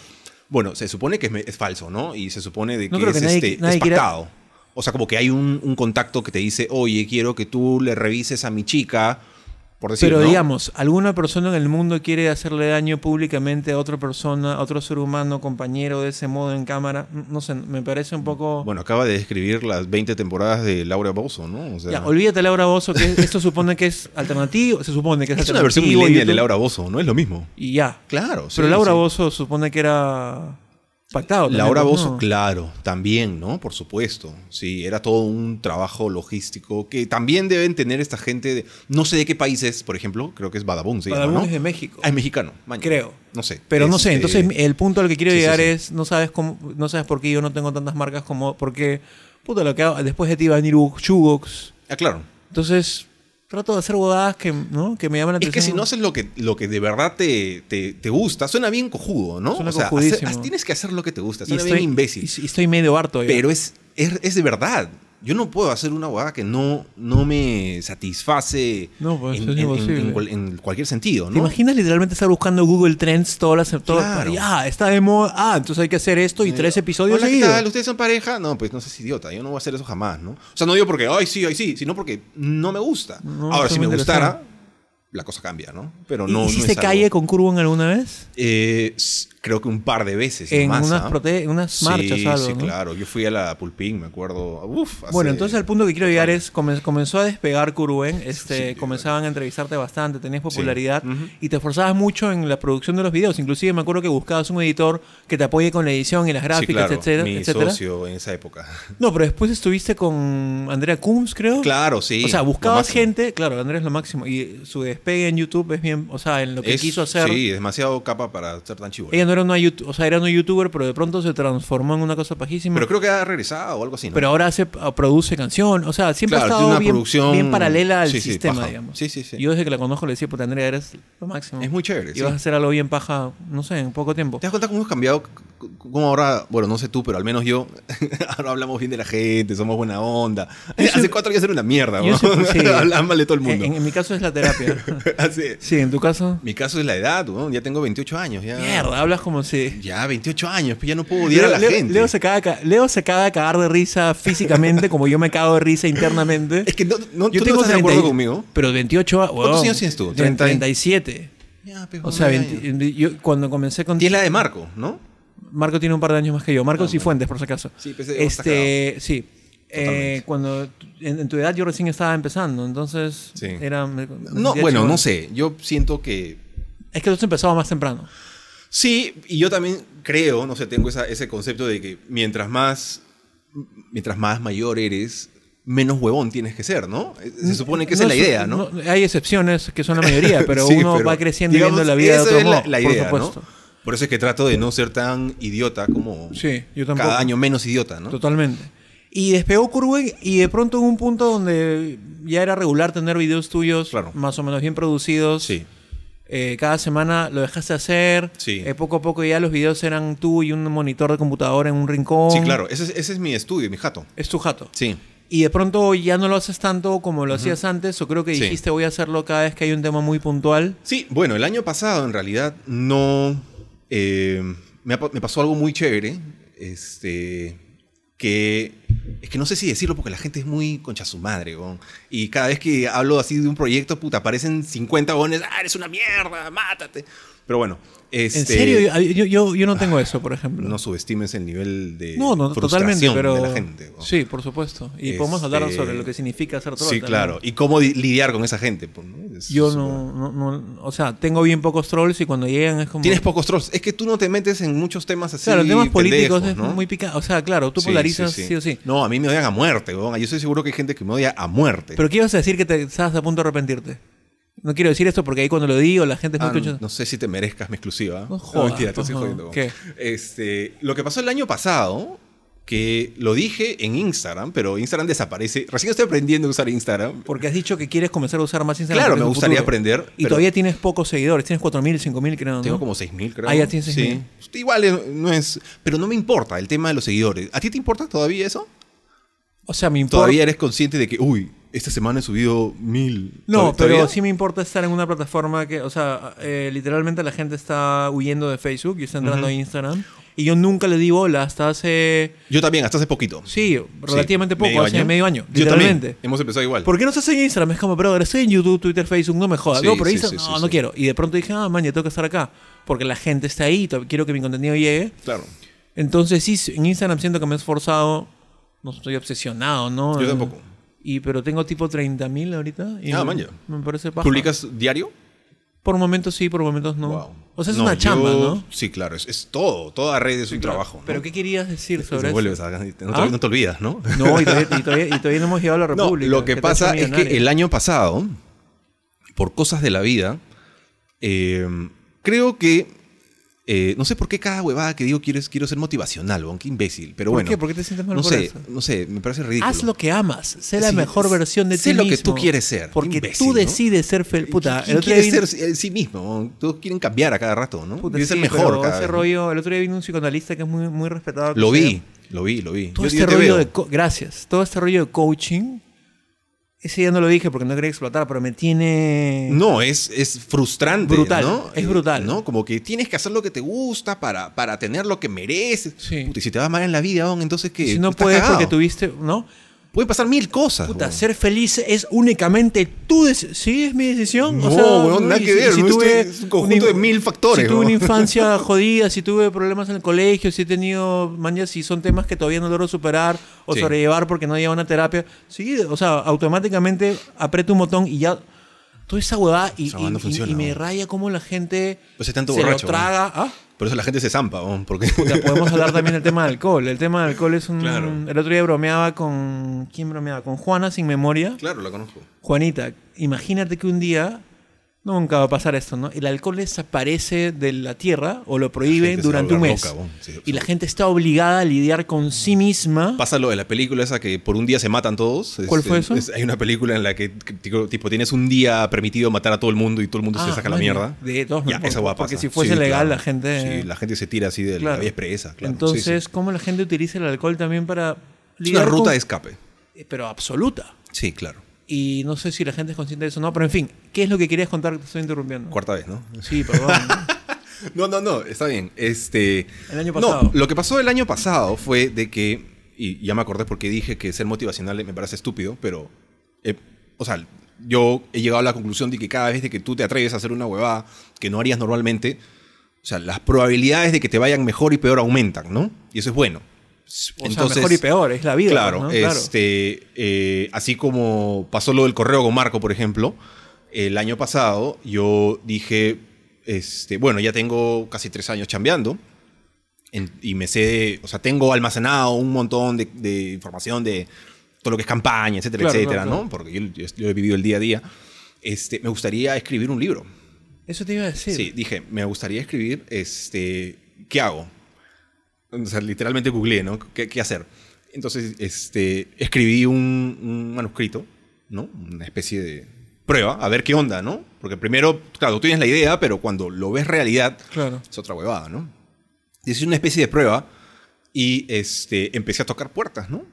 S1: Bueno, se supone que es, me- es falso, ¿no? Y se supone de que
S2: No creo
S1: es,
S2: que nadie-
S1: este,
S2: nadie
S1: es
S2: quiera-
S1: pactado. O sea, como que hay un, un contacto que te dice, oye, quiero que tú le revises a mi chica, por decir,
S2: pero
S1: ¿no?
S2: digamos, alguna persona en el mundo quiere hacerle daño públicamente a otra persona, a otro ser humano, compañero de ese modo en cámara. N- No sé, me parece un poco.
S1: Mm, Bueno, acaba de describir las 20 temporadas de Laura Bozo, ¿no? O sea,
S2: ya, olvídate Laura Bozo, que esto supone que es alternativo. Se supone que es,
S1: es una versión
S2: alternativo,
S1: millennial de
S2: YouTube,
S1: Laura Bozo, no es lo mismo.
S2: Y ya.
S1: Claro, sí,
S2: pero Laura
S1: sí.
S2: Bozo supone que era pactado. también,
S1: Laura
S2: pues,
S1: Bozo,
S2: ¿no?
S1: claro, también, ¿no? Por supuesto. Sí, era todo un trabajo logístico que también deben tener esta gente. de- no sé de qué país es, por ejemplo, creo que es Badabun. se llama,
S2: Badabun
S1: ¿no?
S2: es de México.
S1: Ah, es mexicano, maña.
S2: Creo.
S1: No sé.
S2: Pero no sé,
S1: Este,
S2: entonces el punto al que quiero
S1: sí, sí,
S2: llegar
S1: sí.
S2: es, no sabes cómo, no sabes por qué yo no tengo tantas marcas como, porque, puta, lo que hago, después de ti va a venir Hugo- Chugox.
S1: Ah, claro.
S2: Entonces, trato de hacer bodadas que, ¿no? que me llaman la
S1: Es
S2: atención.
S1: que si no haces lo que, lo que de verdad te, te- te gusta, suena bien cojudo, ¿no?
S2: Suena
S1: o sea,
S2: cojudísimo.
S1: hacer- tienes que hacer lo que te gusta,
S2: y
S1: suena
S2: estoy,
S1: bien imbécil.
S2: y- y estoy medio harto ya.
S1: Pero es, es, es de verdad. Yo no puedo hacer una huevada que no, no me satisface
S2: No, pues,
S1: en,
S2: es
S1: en- en-
S2: imposible.
S1: en cual- en cualquier sentido,
S2: ¿Te
S1: ¿no?
S2: imaginas literalmente estar buscando Google Trends todas las... Todas,
S1: Claro.
S2: y, ah, está de moda. Ah, entonces hay que hacer esto y tres episodios
S1: Hola, ¿qué
S2: seguidos.
S1: tal? ¿Ustedes son pareja? No, pues no seas idiota. Yo no voy a hacer eso jamás, ¿no? O sea, no digo porque, ay, sí, ay, sí, sino porque no me gusta.
S2: No,
S1: Ahora,
S2: eso
S1: si me
S2: me
S1: gustara, la cosa cambia, ¿no? Pero no. no
S2: ¿Hiciste
S1: es algo-
S2: calle con Curvon alguna vez?
S1: Eh, s- creo que un par de veces.
S2: En
S1: nomás,
S2: unas,
S1: ¿ah?
S2: prote- unas
S1: Sí,
S2: marchas o algo,
S1: Sí,
S2: ¿no?
S1: claro. Yo fui a la Pulpín, me acuerdo. Uf, hace-
S2: Bueno, entonces al punto que quiero llegar es, comen- comenzó a despegar Curwen, este, comenzaban a entrevistarte bastante, tenías popularidad
S1: Ujú.
S2: y te esforzabas mucho en la producción de los videos. Inclusive me acuerdo que buscabas un editor que te apoye con la edición y las
S1: Sí,
S2: gráficas,
S1: claro,
S2: etcétera,
S1: Mi
S2: etcétera.
S1: socio en esa época.
S2: No, pero después estuviste con Andrea Coombs, creo.
S1: Claro, sí.
S2: O sea,
S1: lo
S2: buscabas
S1: máximo.
S2: gente, claro, Andrea es lo máximo. Y su despegue en YouTube es bien, o sea, en lo que
S1: Es-
S2: quiso hacer.
S1: Sí, demasiado capa para ser tan chivo.
S2: Ella no era una YouTube, o sea, era una youtuber, pero de pronto se transformó en una cosa pajísima.
S1: Pero creo que ha regresado o algo así, ¿no?
S2: Pero ahora hace, produce canción, o sea, siempre
S1: Claro,
S2: ha
S1: tiene
S2: estado
S1: una
S2: bien,
S1: producción-
S2: bien paralela al
S1: sí, sí,
S2: sistema,
S1: paja.
S2: digamos.
S1: Sí, sí, sí.
S2: Yo desde que la conozco le decía, puta Andrea, eres lo máximo.
S1: Es muy chévere.
S2: Y
S1: sí.
S2: vas a hacer algo bien paja, no sé, en poco tiempo.
S1: ¿Te das cuenta cómo hemos cambiado? C- Cómo ahora, bueno, no sé tú, pero al menos yo, ahora hablamos bien de la gente, somos buena onda. Hace cuatro días era una mierda,
S2: yo
S1: ¿no?
S2: siempre- sí.
S1: Hablaban mal de todo el mundo.
S2: En, en mi caso es la terapia.
S1: Hace-
S2: sí, en tu caso.
S1: mi caso es la edad, ¿no? Ya tengo 28 años. Ya,
S2: Mierda, hablas como si.
S1: Ya, 28 años, pues ya no puedo odiar a la
S2: Leo,
S1: gente.
S2: Leo se acaba, de ca- Leo se acaba de cagar de risa físicamente, como yo me cago de risa internamente.
S1: Es que no, no,
S2: yo
S1: tú no estás de
S2: 30
S1: acuerdo
S2: y-
S1: conmigo.
S2: Pero 28 a-
S1: ¿Cuántos
S2: huevón,
S1: años tienes tú?
S2: 30
S1: 30 y-
S2: 37.
S1: Ya, pues,
S2: O sea,
S1: joder,
S2: 20 yo cuando comencé con.
S1: ya. Y es la de Marco, ¿no?
S2: Marco tiene un par de años más que yo. Marco Cifuentes, por si acaso.
S1: Ah, Sí, pensé que vos
S2: este, sí.
S1: Totalmente.
S2: Eh, cuando t- en, en tu edad yo recién estaba empezando, entonces
S1: Sí.
S2: era
S1: No, bueno, no sé. Yo siento que
S2: Es que tú empezabas más temprano.
S1: Sí, y yo también creo, no sé, tengo esa- ese concepto de que mientras más, mientras más mayor eres, menos huevón tienes que ser, ¿no? Eh, Se supone que esa es la
S2: su-
S1: idea, ¿no?
S2: Hay excepciones que son la mayoría, pero
S1: Sí,
S2: uno
S1: pero,
S2: va creciendo
S1: digamos,
S2: y viendo la vida de
S1: esa
S2: otro
S1: es
S2: modo,
S1: la, la idea,
S2: por
S1: ¿no?
S2: supuesto.
S1: Por eso es que trato de no ser tan idiota como
S2: Sí, yo tampoco.
S1: cada año menos idiota, ¿no?
S2: Totalmente. Y despegó Curwen y de pronto en un punto donde ya era regular tener videos tuyos
S1: Claro.
S2: más o menos bien producidos.
S1: Sí.
S2: Eh, cada semana lo dejaste hacer.
S1: Sí.
S2: Eh, poco a poco ya los videos eran tú y un monitor de computadora en un rincón.
S1: Sí, claro. Ese es, ese es mi estudio, mi jato.
S2: Es tu jato.
S1: Sí.
S2: Y de pronto ya no lo haces tanto como lo hacías antes, o creo que
S1: Sí.
S2: dijiste voy a hacerlo cada vez que hay un tema muy puntual.
S1: Sí, bueno, el año pasado en realidad no... eh, me, ha pa- me pasó algo muy chévere, este, que Es que no sé si decirlo porque la gente es muy concha su madre, weón. Y cada vez que hablo así de un proyecto, puta, aparecen 50 bones, ah, eres una mierda, mátate. Pero bueno, este,
S2: En serio, yo, yo- yo- yo no tengo eso, por ejemplo.
S1: no subestimes el nivel de
S2: No, no,
S1: frustración
S2: totalmente, pero...
S1: de la gente. weón.
S2: Sí, por supuesto. Y podemos
S1: Este-
S2: hablar sobre lo que significa hacer todo.
S1: Sí, claro. Y cómo di- lidiar con esa gente. pues, ¿no? Es-
S2: Yo
S1: es una-
S2: no, no, no- O sea, tengo bien pocos trolls y cuando llegan es como...
S1: Tienes pocos trolls. Es que tú no te metes en muchos temas así.
S2: Claro, temas políticos
S1: pendejos,
S2: es
S1: ¿no?
S2: muy picado. O sea, claro, tú
S1: Sí,
S2: polarizas sí, o sí.
S1: No, a mí me odian a muerte, weón. Yo estoy seguro que hay gente que me odia a muerte.
S2: Pero ¿qué ibas a decir que te estabas a punto de arrepentirte? No quiero decir esto porque ahí cuando lo digo la gente es muy
S1: Ah,
S2: concha-
S1: no sé si te merezcas mi exclusiva.
S2: No jodas,
S1: mentira, te estoy
S2: pues, no.
S1: jodiendo.
S2: ¿Qué?
S1: Este, lo que pasó el año pasado, que lo dije en Instagram, pero Instagram desaparece. Recién estoy aprendiendo a usar Instagram.
S2: Porque has dicho que quieres comenzar a usar más Instagram.
S1: Claro,
S2: en
S1: me
S2: tu
S1: gustaría
S2: futuro.
S1: aprender,
S2: Y
S1: pero-
S2: todavía tienes pocos seguidores. Tienes 4.000, 5.000, creo. ¿no?
S1: Tengo como 6.000, creo.
S2: Ah, ya tienes 6.000.
S1: Sí. Igual eh, no es... Pero no me importa el tema de los seguidores. ¿A ti te importa todavía eso?
S2: O sea, me importa.
S1: ¿Todavía eres consciente de que, uy, esta semana he subido 1.000?
S2: No,
S1: ¿Tod-
S2: pero
S1: todavía?
S2: sí me importa estar en una plataforma que, o sea, eh, literalmente la gente está huyendo de Facebook y está entrando a Instagram. Y yo nunca le digo hola hasta hace,
S1: Yo también, hasta hace poquito.
S2: sí, relativamente
S1: Sí,
S2: poco, hace medio año,
S1: Yo
S2: literalmente.
S1: también. Hemos empezado igual.
S2: ¿Por qué no estás en Instagram? Es como, brother, estoy en YouTube, Twitter, Facebook, no me jodas.
S1: Sí,
S2: no, pero
S1: sí,
S2: Instagram,
S1: sí, sí,
S2: no,
S1: sí.
S2: no quiero. Y de pronto dije, ah, man, ya tengo que estar acá. Porque la gente está ahí, to- quiero que mi contenido llegue.
S1: Claro.
S2: Entonces sí, en Instagram siento que me he esforzado. No estoy obsesionado, ¿no?
S1: Yo tampoco.
S2: Y, pero tengo tipo 30.000 ahorita. Y
S1: Ah, man, ya.
S2: Me parece paja.
S1: ¿Publicas diario?
S2: Por momentos sí, por momentos no.
S1: Wow.
S2: O sea, es
S1: No,
S2: una
S1: yo-
S2: chamba, ¿no?
S1: Sí, claro, es, es todo. Toda red es un trabajo. ¿no?
S2: ¿Pero qué querías decir
S1: Te
S2: sobre eso?
S1: vuelves a- no, te,
S2: ¿Ah?
S1: no te olvidas, ¿no?
S2: No, y todavía, y todavía- y todavía no hemos llegado a la
S1: No,
S2: República.
S1: lo que
S2: te ha
S1: pasa
S2: hecho
S1: es que
S2: millonario.
S1: el año pasado, por cosas de la vida, eh, creo que. eh, no sé por qué cada huevada que digo quiero, quiero ser motivacional, weón, qué imbécil. Pero
S2: ¿Por
S1: bueno.
S2: qué? ¿Por qué te sientes mal
S1: no
S2: por
S1: sé,
S2: eso?
S1: No sé, me parece ridículo.
S2: Haz lo que amas, sé la
S1: Sí,
S2: mejor versión de
S1: sé
S2: ti
S1: lo que
S2: mismo,
S1: tú quieres ser,
S2: Porque
S1: imbécil,
S2: tú
S1: ¿no?
S2: decides ser feliz. Puta,
S1: ¿Quién
S2: el otro día
S1: quiere
S2: vino,
S1: ser en sí mismo? weón? Todos quieren cambiar a cada rato, ¿no?
S2: puta,
S1: Quieren ser
S2: sí,
S1: mejor
S2: pero
S1: cada
S2: ese
S1: vez.
S2: rollo, el otro día vino un psicoanalista que es muy, muy respetado.
S1: Lo
S2: que se-
S1: vi, lo vi, lo vi.
S2: Todo
S1: Yo-
S2: este
S1: yo te
S2: rollo
S1: veo.
S2: de co- gracias. Todo este rollo de coaching. Ese ya no lo dije porque no quería explotar, pero me tiene.
S1: No, es, es frustrante.
S2: Brutal,
S1: ¿no?
S2: es
S1: Eh,
S2: brutal.
S1: ¿no? Como que tienes que hacer lo que te gusta para, para tener lo que mereces.
S2: Sí.
S1: Puta, y si te va mal en la vida, don, entonces que.
S2: si no puedes porque tuviste, ¿no?
S1: Pueden pasar mil cosas.
S2: Puta,
S1: weón.
S2: ser feliz es únicamente tu decisión. Sí, es mi decisión.
S1: No, weón, nada
S2: y
S1: que ver, ¿no? Este es un conjunto de mil factores,
S2: Si tuve
S1: weón.
S2: una infancia jodida, si tuve problemas en el colegio, si he tenido mañas, si son temas que todavía no logro superar o
S1: Sí.
S2: sobrellevar porque no llevo una terapia. Sí, o sea, automáticamente aprieto un botón y ya. Toda esa huevada y,
S1: Esa huevada no
S2: y- y-
S1: funciona,
S2: y me
S1: weón.
S2: raya cómo la gente
S1: Pues es tanto
S2: se
S1: borracho,
S2: lo
S1: weón.
S2: traga. ¿Ah?
S1: Por eso la gente se zampa, weón, porque.
S2: Puta, podemos hablar también del tema del alcohol. El tema del alcohol es un...
S1: Claro.
S2: El otro día bromeaba con... ¿Quién bromeaba? Con Juana sin memoria.
S1: claro, la conozco.
S2: Juanita, imagínate que un día, nunca va a pasar esto, ¿no? El alcohol desaparece de la tierra o lo prohíbe
S1: gente se va a
S2: durante un
S1: volver
S2: mes.
S1: loca, bon. Sí,
S2: y
S1: sí. Mm.
S2: la gente está obligada a lidiar con sí misma.
S1: Pasa lo de la película esa que por un día se matan todos.
S2: ¿Cuál
S1: Este,
S2: fue eso?
S1: es- hay una película en la que, que, tipo, tipo, tienes un día permitido matar a todo el mundo y todo el mundo se
S2: Ah,
S1: saca la
S2: man,
S1: mierda.
S2: De todos
S1: Ya,
S2: modos,
S1: esa guapa.
S2: Porque si fuese legal, la gente.
S1: Sí, la gente se tira así de
S2: Claro.
S1: la vía expresa, claro. Sí, sí.
S2: Entonces, ¿cómo la gente utiliza el alcohol también para
S1: Es una ruta
S2: con-
S1: de escape.
S2: eh, Pero absoluta.
S1: Sí, claro.
S2: Y no sé si la gente es consciente de eso o no, pero en fin, ¿qué es lo que querías contar que te estoy interrumpiendo?
S1: Cuarta vez, ¿no?
S2: Sí, perdón.
S1: No, no, no, está bien. Este,
S2: El año
S1: no,
S2: pasado.
S1: lo que pasó el año pasado fue de que, y ya me acordé porque dije que ser motivacional me parece estúpido, pero, eh, o sea, yo he llegado a la conclusión de que cada vez de que tú te atreves a hacer una huevada que no harías normalmente, o sea, las probabilidades de que te vayan mejor y peor aumentan, ¿no? Y eso es bueno.
S2: O sea, mejor y peor, es la vida.
S1: Claro,
S2: ¿no?
S1: este, eh, así como pasó lo del correo con Marco, por ejemplo, el año pasado yo dije, este, bueno, ya tengo casi tres años chambeando en- y me sé, o sea, tengo almacenado un montón de, de información de todo lo que es campaña, etcétera,
S2: Claro,
S1: etcétera,
S2: claro,
S1: ¿no?
S2: claro.
S1: Porque yo, yo- yo he vivido el día a día. Este, me gustaría escribir un libro.
S2: Eso te iba a decir.
S1: Sí. dije, me gustaría escribir, este, ¿qué hago? O sea, literalmente googleé, ¿no? ¿Qué, qué hacer? Entonces, este, escribí un, un manuscrito, ¿no? Una especie de prueba, a ver qué onda, ¿no? Porque primero, claro, tú tienes la idea, pero cuando lo ves realidad,
S2: Claro.
S1: es otra huevada, ¿no? Hice una especie de prueba y, este, empecé a tocar puertas, ¿no?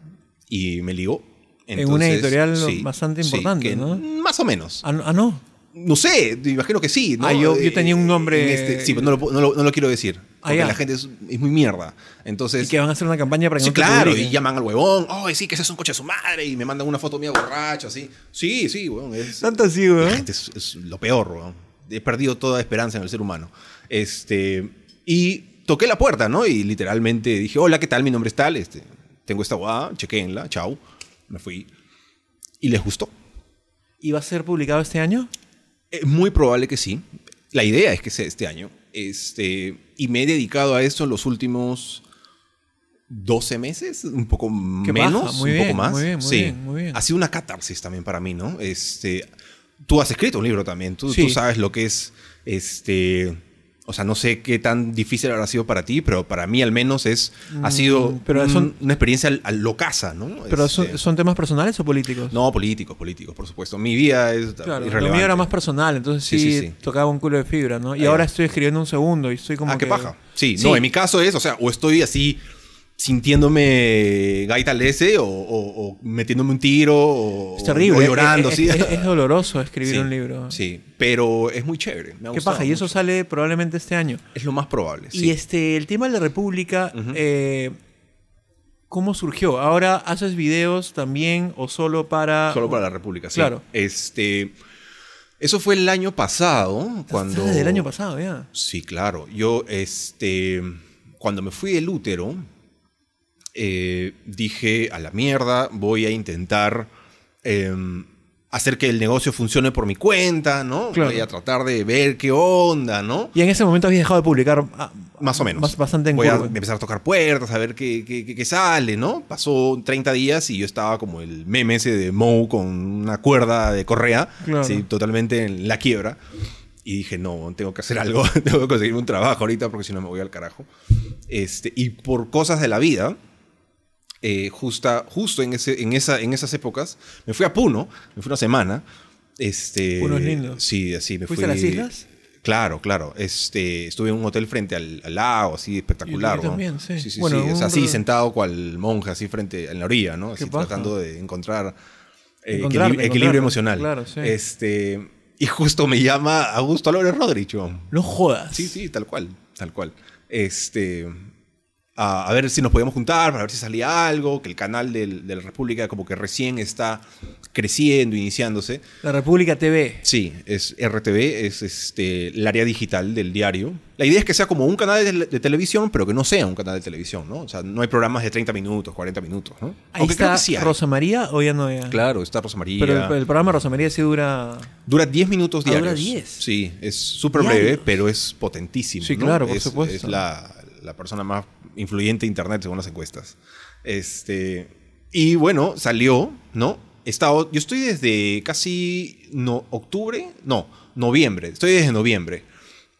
S1: Y me ligó.
S2: En una editorial bastante importante,
S1: que-
S2: ¿no?
S1: Más o menos.
S2: Ah, no- ah, no.
S1: No sé, imagino que sí. ¿no?
S2: Ah, yo- yo
S1: Eh,
S2: tenía un nombre-
S1: en este- sí, pero no lo, puedo- no lo- no lo quiero decir.
S2: Ah,
S1: Porque
S2: ya.
S1: la gente es, es muy mierda. Entonces,
S2: Y que van a hacer una campaña para que
S1: sí,
S2: no te
S1: claro,
S2: publiquen.
S1: y llaman al huevón. Oh, sí, que ese es un coche de su madre. Y me mandan una foto mía borracho, así. Sí, sí, huevón. Es,
S2: Tanto así,
S1: la
S2: weón.
S1: gente es, es lo peor, weón. He perdido toda esperanza en el ser humano. Este, y toqué la puerta, ¿no? Y literalmente dije, hola, ¿qué tal? Mi nombre es tal. Este, tengo esta guada, chequéenla, chau. Me fui. Y les gustó.
S2: ¿Y va a ser publicado este año?
S1: Es Eh, muy probable que sí. La idea es que sea este año. Este, y me he dedicado a eso en los últimos 12 meses, un poco
S2: Qué baja,
S1: menos,
S2: muy
S1: un
S2: bien,
S1: poco más.
S2: muy bien, muy
S1: sí.
S2: bien, muy bien.
S1: Ha sido una catarsis también para mí, ¿no? Este, tú has escrito un libro también, tú,
S2: Sí.
S1: tú sabes lo que es este o sea, no sé qué tan difícil habrá sido para ti, pero para mí al menos es ha sido
S2: Mm, pero
S1: un-
S2: son-
S1: una experiencia al- al locaza, ¿no?
S2: ¿Pero
S1: Este,
S2: son, son temas personales o políticos?
S1: no políticos, políticos, por supuesto. Mi vida es
S2: Claro, lo
S1: irrelevante.
S2: mío era más personal, entonces sí,
S1: Sí, sí, sí.
S2: tocaba un culo de fibra, ¿no? Y
S1: Ahí
S2: ahora
S1: va.
S2: estoy escribiendo un segundo y estoy como.
S1: ah, qué
S2: que-
S1: paja. Sí, no, en mi caso es, o sea, o estoy así sintiéndome gaita lese o, o- o metiéndome un tiro o,
S2: Es terrible. eh,
S1: o
S2: es-
S1: llorando,
S2: es,
S1: sí.
S2: es- es doloroso escribir
S1: Sí,
S2: un libro.
S1: Sí, pero es muy chévere. Me ha
S2: Qué
S1: gustado
S2: paja, y eso
S1: mucho.
S2: sale probablemente este año.
S1: es lo más probable.
S2: Y
S1: Sí.
S2: este, el tema de la República, eh, ¿cómo surgió? ¿Ahora haces videos también o solo para.
S1: Solo para la República, sí.
S2: Claro.
S1: Este, eso fue el año pasado cuando.
S2: Desde el año pasado, ya.
S1: Sí, claro. Yo, este, cuando me fui del útero, eh, dije a la mierda, voy a intentar eh, hacer que el negocio funcione por mi cuenta, ¿no?
S2: Claro.
S1: Voy a tratar de ver qué onda, ¿no?
S2: Y en ese momento habías dejado de publicar. ah,
S1: Más o menos.
S2: bas- Bastante en
S1: Voy a
S2: curva.
S1: empezar a tocar puertas, a ver qué, qué- qué- qué sale, ¿no? Pasó 30 días y yo estaba como el meme ese de Moe con una cuerda de correa,
S2: Claro.
S1: sí, totalmente en la quiebra. Y dije, no, tengo que hacer algo, tengo que conseguir un trabajo ahorita porque si no me voy al carajo. Este, y por cosas de la vida, eh, justa, justo en, ese, en, esa, en esas épocas, me fui a Puno, me fui una semana. Este,
S2: Puno es lindo.
S1: Sí, así me
S2: ¿Fuiste
S1: fui-
S2: a las islas?
S1: Claro, claro. Este, estuve en un hotel frente al, al lago, así espectacular.
S2: Yo
S1: ¿no?
S2: también, sí.
S1: sí, sí,
S2: Bueno,
S1: sí. O sea,
S2: un-
S1: así sentado cual monje, así frente en la orilla, ¿no?
S2: Qué
S1: Así
S2: paja.
S1: tratando de encontrar eh, equilib-
S2: Encontrarte,
S1: equilibrio,
S2: encontrarte.
S1: emocional.
S2: Claro, sí.
S1: Este, y justo me llama Augusto López Rodríguez. weón.
S2: No jodas.
S1: Sí, sí, tal cual, tal cual. Este, a, a ver si nos podíamos juntar, para ver si salía algo, que el canal del- de la República como que recién está creciendo, iniciándose.
S2: La República TV.
S1: Sí, es RTV, es este, el área digital del diario. La idea es que sea como un canal de, de televisión, pero que no sea un canal de televisión, ¿no? O sea, no hay programas de 30 minutos, 40 minutos, ¿no?
S2: Ahí
S1: Aunque creo
S2: está
S1: que sí hay.
S2: Rosa María o ya no ya.
S1: Claro, está Rosa María.
S2: Pero el, el programa Rosa María sí dura.
S1: Dura 10 minutos
S2: Ah, dura
S1: diarios.
S2: 10.
S1: Sí, es súper
S2: Diarios.
S1: breve, pero es potentísimo.
S2: Sí,
S1: ¿no?
S2: claro, por
S1: Es-
S2: supuesto.
S1: Es la, la persona más influyente de Internet, según las encuestas. Este, y bueno, salió, ¿no? He estado- yo estoy desde casi no, octubre, no, noviembre. Estoy desde noviembre.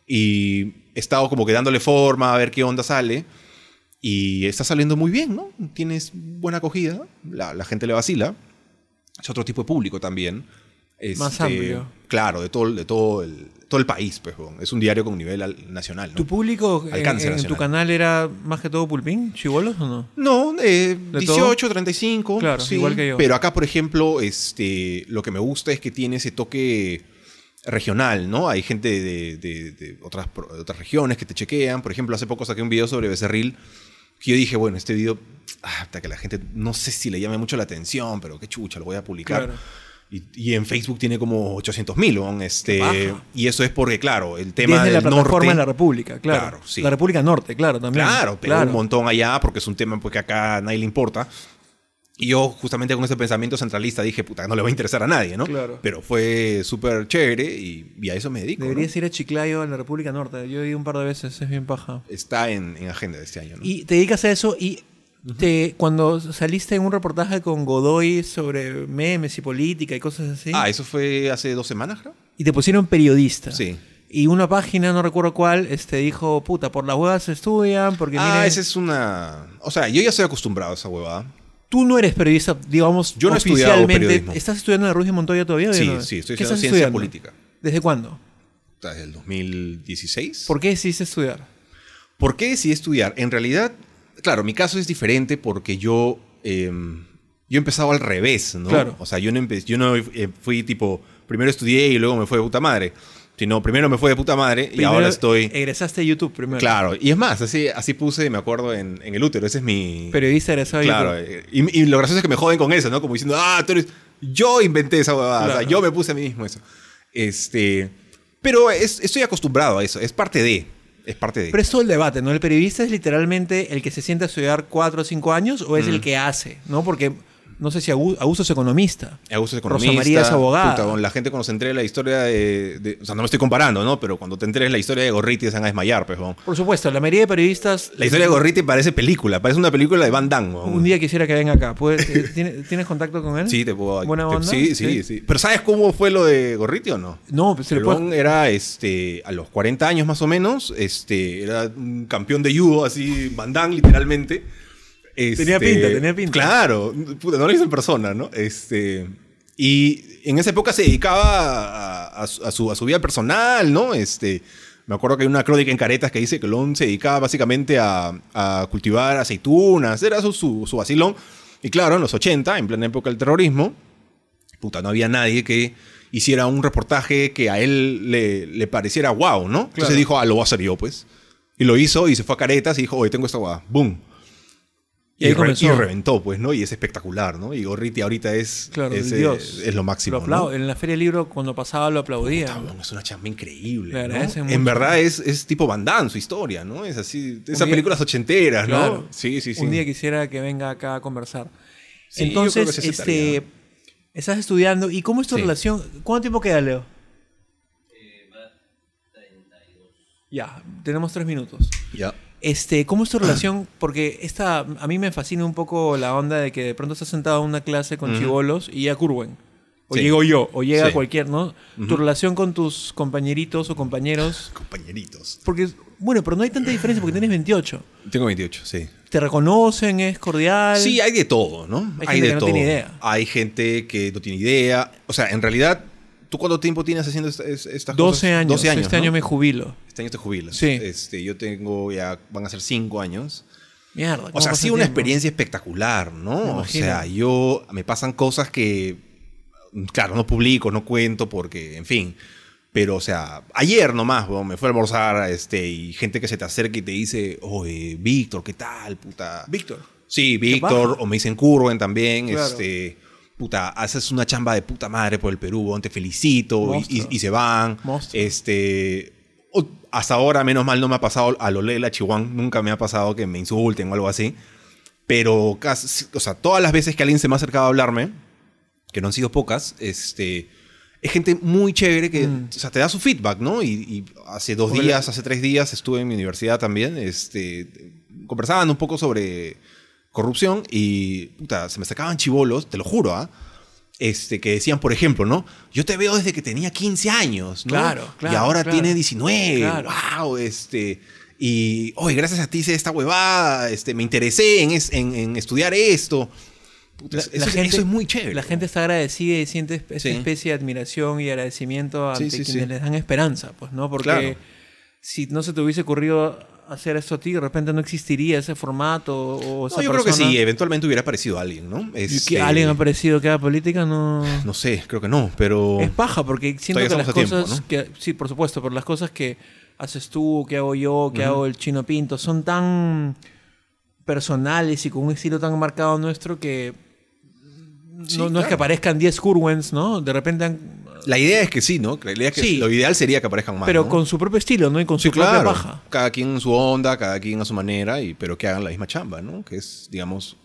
S1: Y he estado como que dándole forma, a ver qué onda sale. Y está saliendo muy bien, ¿no? Tienes buena acogida, la, la gente le vacila. Es otro tipo de público también.
S2: Más
S1: Este,
S2: amplio.
S1: Claro, de todo, de todo, el, todo el país, pues, weón. es un diario con nivel al- nacional. ¿no?
S2: ¿Tu público en,
S1: Alcance
S2: en tu
S1: nacional.
S2: canal era más que todo Pulpín? ¿Chibolos o no?
S1: No, eh,
S2: ¿De
S1: 18, 35.
S2: Claro, igual que yo.
S1: Pero acá, por ejemplo, este, lo que me gusta es que tiene ese toque regional, ¿no? Hay gente de, de- de otras, pro- de otras regiones que te chequean. Por ejemplo, hace poco saqué un video sobre Becerril que yo dije, bueno, este video, ah, hasta que la gente, no sé si le llame mucho la atención, pero qué chucha, lo voy a publicar.
S2: Claro.
S1: Y, y en Facebook tiene como 800 mil, este,
S2: Baja.
S1: y eso es porque, claro, el tema
S2: Desde la
S1: del
S2: plataforma
S1: norte...
S2: de la República, claro.
S1: Claro, sí.
S2: La República Norte, claro, también.
S1: Claro, pegó un montón allá porque es un tema pues, que acá a nadie le importa. Y yo, justamente con ese pensamiento centralista, dije, puta, no le va a interesar a nadie, ¿no?
S2: Claro.
S1: Pero fue súper chévere y, y a eso me dedico. ¿no?
S2: Deberías ir a Chiclayo, a la República Norte. Yo he ido un par de veces, es bien
S1: Mm.
S2: paja.
S1: Está en, en agenda de este año, ¿no?
S2: Y te dedicas a eso y te, cuando saliste en un reportaje con Godoy sobre memes y política y cosas así,
S1: Ah, eso fue hace dos semanas, creo.
S2: y te pusieron periodista.
S1: Sí.
S2: Y una página, no recuerdo cuál, este, dijo, puta, por las huevas se estudian, porque
S1: ah,
S2: miren,
S1: esa es una. O sea, yo ya estoy acostumbrado a esa huevada.
S2: tú no eres periodista, digamos,
S1: Yo no he estudiado
S2: oficialmente.
S1: periodismo.
S2: ¿Estás estudiando en la Rusia Montoya todavía? o ya
S1: Sí,
S2: no?
S1: sí, estoy
S2: ¿Qué
S1: estudiando
S2: estás
S1: ciencia
S2: estudiando?
S1: política.
S2: ¿Desde cuándo?
S1: Desde el 2016.
S2: ¿Por qué decidiste estudiar?
S1: ¿Por qué decidí estudiar? En realidad, claro, mi caso es diferente porque yo, eh, yo he empezado al revés, ¿no?
S2: Claro.
S1: O sea, yo no, empe- yo no eh, fui tipo, primero estudié y luego me fue de puta madre. Sino primero me fue de puta madre y
S2: Primero
S1: ahora estoy.
S2: Egresaste de YouTube primero.
S1: Claro, y es más, así, así puse, me acuerdo, en, en el útero. Ese es mi.
S2: Periodista egresado de
S1: claro,
S2: YouTube.
S1: eh, y, y lo gracioso es que me joden con eso, ¿no? Como diciendo, ah, tú eres. Yo inventé esa huevada, o sea,
S2: Claro.
S1: yo me puse a mí mismo eso. Este. Pero es- estoy acostumbrado a eso, es parte de. Es parte de.
S2: Pero es todo el debate, ¿no? El periodista es literalmente el que se sienta a estudiar cuatro o cinco años o es
S1: Mm.
S2: el que hace, ¿no? Porque no sé si Agu- Augusto es economista.
S1: Augusto es
S2: Rosa
S1: economista.
S2: María es abogada.
S1: puta, con la gente cuando se entere la historia de, de- O sea, no me estoy comparando, ¿no? Pero cuando te enteres la historia de Gorriti se van a desmayar, pues, weón.
S2: Por supuesto, la mayoría de periodistas.
S1: La historia de Gorriti parece película, parece una película de Van Damme, weón.
S2: Un día quisiera que venga acá. ¿Puedes- eh, tiene- ¿Tienes contacto con él?
S1: Sí, te puedo...
S2: ¿Buena
S1: te-
S2: onda?
S1: Sí, sí, sí, Pero ¿sabes cómo fue lo de Gorriti o no?
S2: No, pues se le
S1: El
S2: puede.
S1: weón era, este, a los 40 años más o menos, este, era un campeón de judo, así, Van Damme, literalmente.
S2: Tenía
S1: Este,
S2: pinta, tenía pinta.
S1: Claro, puta, no lo hice en persona, ¿no? Este, y en esa época se dedicaba a, a su, a su- a su vida personal, ¿no? Este, me acuerdo que hay una crónica en Caretas que dice que Lon se dedicaba básicamente a, a cultivar aceitunas, era su, su, su vacilón. Y claro, en los 80, en plena época del terrorismo, puta, no había nadie que hiciera un reportaje que a él le, le pareciera wow, ¿no? Entonces
S2: Claro.
S1: dijo, ah, lo voy a hacer yo, pues. Y lo hizo y se fue a Caretas y dijo, oye, tengo esta guada. ¡Boom!
S2: Y ahí
S1: re-
S2: comenzó.
S1: y reventó, pues, ¿no? Y es espectacular, ¿no? Y Gorriti ahorita es,
S2: Claro,
S1: es,
S2: el
S1: eh,
S2: Dios.
S1: es lo máximo.
S2: Lo
S1: ¿no?
S2: aplaudo. En la Feria del Libro, cuando pasaba, lo aplaudía.
S1: Ah, bueno, Es una chamba
S2: Le
S1: increíble. ¿no?
S2: agradece mucho.
S1: En verdad es, es tipo Van Damme, su historia, ¿no? Es así.
S2: día-
S1: Esas películas ochenteras,
S2: Claro.
S1: ¿no? Sí, sí, sí.
S2: Un día quisiera que venga acá a conversar.
S1: Sí, yo creo que
S2: Entonces,
S1: sí aceptaría.
S2: este, estás estudiando. ¿Y cómo es tu
S1: Sí.
S2: relación? ¿Cuánto tiempo queda, Leo? Ya, tenemos tres minutos.
S1: Ya.
S2: Este, ¿Cómo es tu relación? Porque esta, a mí me fascina un poco la onda de que de pronto estás sentado en una clase con chivolos y llega Curwen. O
S1: Sí.
S2: llego yo, o llega
S1: Sí.
S2: cualquier, ¿no? Tu relación con tus compañeritos o compañeros.
S1: Compañeritos.
S2: Porque, bueno, pero no hay tanta diferencia porque tienes 28.
S1: Tengo 28, sí.
S2: Te reconocen, es cordial.
S1: Sí, hay de todo, ¿no?
S2: Hay
S1: Hay,
S2: gente
S1: de
S2: que no
S1: todo.
S2: tiene idea.
S1: Hay gente que no tiene idea. O sea, en realidad, ¿tú cuánto tiempo tienes haciendo esta- es- estas
S2: 12
S1: cosas?
S2: años. este
S1: ¿no?
S2: año me jubilo.
S1: Este año te jubilas.
S2: Sí.
S1: Este, yo tengo ya, van a ser 5 años.
S2: Mierda. ¿cómo
S1: O
S2: pasa
S1: sea, ha sido
S2: pues el
S1: una
S2: tiempo?
S1: experiencia espectacular,
S2: Me
S1: ¿no? O
S2: imagino.
S1: sea, yo me pasan cosas que, claro, no publico, no cuento porque, en fin. Pero, o sea, ayer nomás weón, me fui a almorzar este, y gente que se te acerca y te dice, oye, Víctor, ¿qué tal, puta?
S2: Víctor.
S1: Sí, Víctor,
S2: paja?
S1: o me dicen Curwen también,
S2: Claro.
S1: este... Puta, haces una chamba de puta madre por el Perú, weón, te felicito y- y,
S2: Monstruo.
S1: y se van.
S2: Monstruo.
S1: Este. o- Hasta ahora, menos mal, no me ha pasado a lo Lela Chihuán, nunca me ha pasado que me insulten o algo así. Pero casi, o sea, todas las veces que alguien se me ha acercado a hablarme, que no han sido pocas, este. Es gente muy chévere que o sea, te da su feedback, ¿no? Y, y hace dos
S2: Mm. Ojalá.
S1: días, hace tres días estuve en mi universidad también, este, conversaban un poco sobre corrupción y puta, se me sacaban chivolos, te lo juro, ¿ah? este, que decían, por ejemplo, ¿no? Yo te veo desde que tenía 15 años, ¿no?
S2: Claro, claro,
S1: Y ahora
S2: claro.
S1: tiene 19.
S2: Claro.
S1: ¡Wow! Este. Y, oye, gracias a ti hice esta huevada, este, me interesé en, es- en, en estudiar esto. Puta,
S2: La-
S1: eso,
S2: la
S1: es-
S2: gente-
S1: eso es muy chévere.
S2: La
S1: ¿no?
S2: gente está agradecida y siente espe- esa
S1: Sí.
S2: especie de admiración y agradecimiento ante
S1: Sí, sí,
S2: quienes
S1: sí.
S2: les dan esperanza, pues, ¿no? Porque
S1: Claro.
S2: si no se te hubiese ocurrido hacer esto a ti, de repente no existiría ese formato o
S1: No,
S2: esa
S1: yo creo
S2: persona.
S1: que sí, eventualmente hubiera aparecido alguien, ¿no?
S2: Y
S1: Este,
S2: que alguien ha aparecido que haga política, no...
S1: No sé, creo que no, pero.
S2: Es paja, porque siento
S1: Todavía
S2: que las
S1: estamos a
S2: cosas que... Sí, por supuesto, pero las cosas que haces tú, que hago yo, que hago el chino pinto, son tan personales y con un estilo tan marcado nuestro que... No,
S1: Sí,
S2: no es que
S1: claro.
S2: aparezcan 10 Curwens, ¿no? De repente han-
S1: La idea es que sí, ¿no? La idea es que
S2: Sí.
S1: Lo ideal sería que aparezcan más.
S2: Pero
S1: ¿no?
S2: con su propio estilo, ¿no? Y con
S1: Sí,
S2: su propia
S1: claro.
S2: paja.
S1: Cada quien su onda, cada quien a su manera, y, pero que hagan la misma chamba, ¿no? Que es, digamos,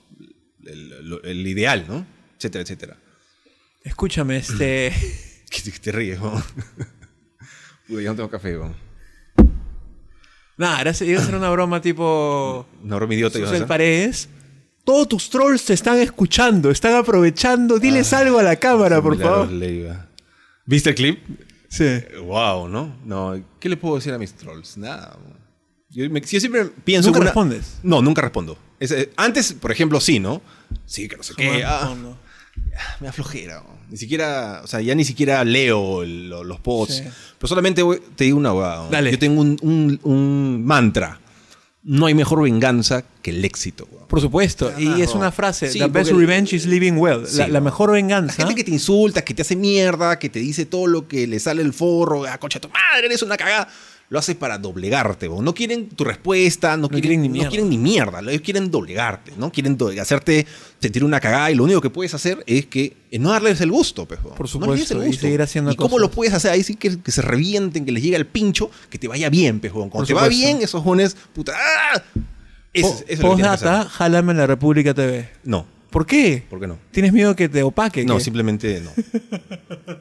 S1: el, lo- el ideal, ¿no? Etcétera, etcétera.
S2: Escúchame, este.
S1: Que te, que te ríes, ¿no? Uy, yo no tengo café, ¿no?
S2: Nada, era- iba a ser una broma tipo.
S1: No, broma idiota. ibas a
S2: Susel
S1: hacer.
S2: Paredes. Todos tus trolls te están escuchando, están aprovechando. Diles
S1: Ah.
S2: algo a la cámara, por
S1: Milagros
S2: favor.
S1: Leiva. ¿Viste el clip?
S2: Sí.
S1: Wow, ¿no? No, ¿qué le puedo decir a mis trolls? Nada. bro. Yo, me- yo siempre pienso
S2: ¿Nunca
S1: que una-
S2: respondes?
S1: No, nunca respondo. Es- eh, antes, por ejemplo, sí, ¿no? Sí, que no sé qué.
S2: Jamás
S1: ah,
S2: respondo.
S1: me aflojera. bro. Ni siquiera, o sea, ya ni siquiera leo el- lo- los posts.
S2: Sí.
S1: Pero solamente voy- te digo una huevada. bro.
S2: Dale.
S1: Yo tengo un, un- un mantra No hay mejor venganza que el éxito, weón.
S2: Por supuesto, y es
S1: no.
S2: una frase,
S1: Sí,
S2: the
S1: porque
S2: best
S1: el-
S2: revenge is living well,
S1: Sí,
S2: la, la
S1: no.
S2: mejor
S1: La
S2: venganza.
S1: gente que te insulta, que te hace mierda, que te dice todo lo que le sale el forro, ah, concha tu madre, eres una cagada. Lo haces para doblegarte, weón. No quieren tu respuesta, no, quieren,
S2: quieren ni
S1: ni
S2: mierda.
S1: no quieren ni mierda. Ellos quieren doblegarte, ¿no? Quieren do- hacerte sentir una cagada y lo único que puedes hacer es que es no darles el gusto, pues, weón.
S2: Por
S1: No les des el
S2: supuesto, y
S1: gusto.
S2: seguir haciendo
S1: ¿Y cómo
S2: cosas.
S1: lo puedes hacer? Ahí sí que, que se revienten, que les llegue el pincho, que te vaya bien, pues, weón. Cuando
S2: Por
S1: te va
S2: supuesto.
S1: bien, esos jones, puta. ¡ah! Ese-
S2: Po-
S1: eso es lo que tienes que hacer.
S2: Postdata, jálame en la República TV.
S1: No,
S2: ¿Por qué?
S1: ¿por qué no?
S2: ¿Tienes miedo que te opaque?
S1: No,
S2: ¿Qué?
S1: simplemente no.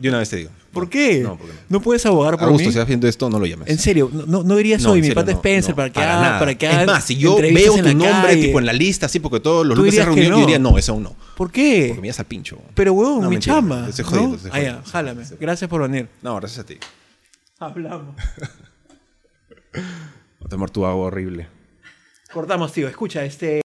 S1: De una vez te digo.
S2: ¿Por qué?
S1: No, porque no.
S2: puedes abogar por
S1: Augusto,
S2: mí?
S1: si estás viendo esto, no lo llames.
S2: En serio, no, no, no dirías
S1: No,
S2: hoy
S1: en
S2: mi
S1: serio,
S2: pata
S1: no,
S2: Spencer
S1: no,
S2: para que
S1: para
S2: haga-
S1: nada.
S2: para que haga
S1: Es más, si yo
S2: entrevistas
S1: veo
S2: en
S1: tu
S2: la
S1: nombre
S2: calle.
S1: tipo en la lista, así porque todos los
S2: Tú
S1: lunes se
S2: dirías que
S1: reunión, yo
S2: no.
S1: diría, no, eso aún no.
S2: ¿Por qué?
S1: Porque me das al pincho.
S2: Pero huevón,
S1: No,
S2: mi
S1: mentira,
S2: chama.
S1: te estoy jodiendo,
S2: ¿no?
S1: te estoy
S2: Ah, ya,
S1: jodiendo, te estoy
S2: jálame.
S1: jodiendo.
S2: Gracias por venir.
S1: No, gracias a ti.
S2: Hablamos.
S1: No te muerto agua horrible.
S2: Cortamos, tío. Escucha, este.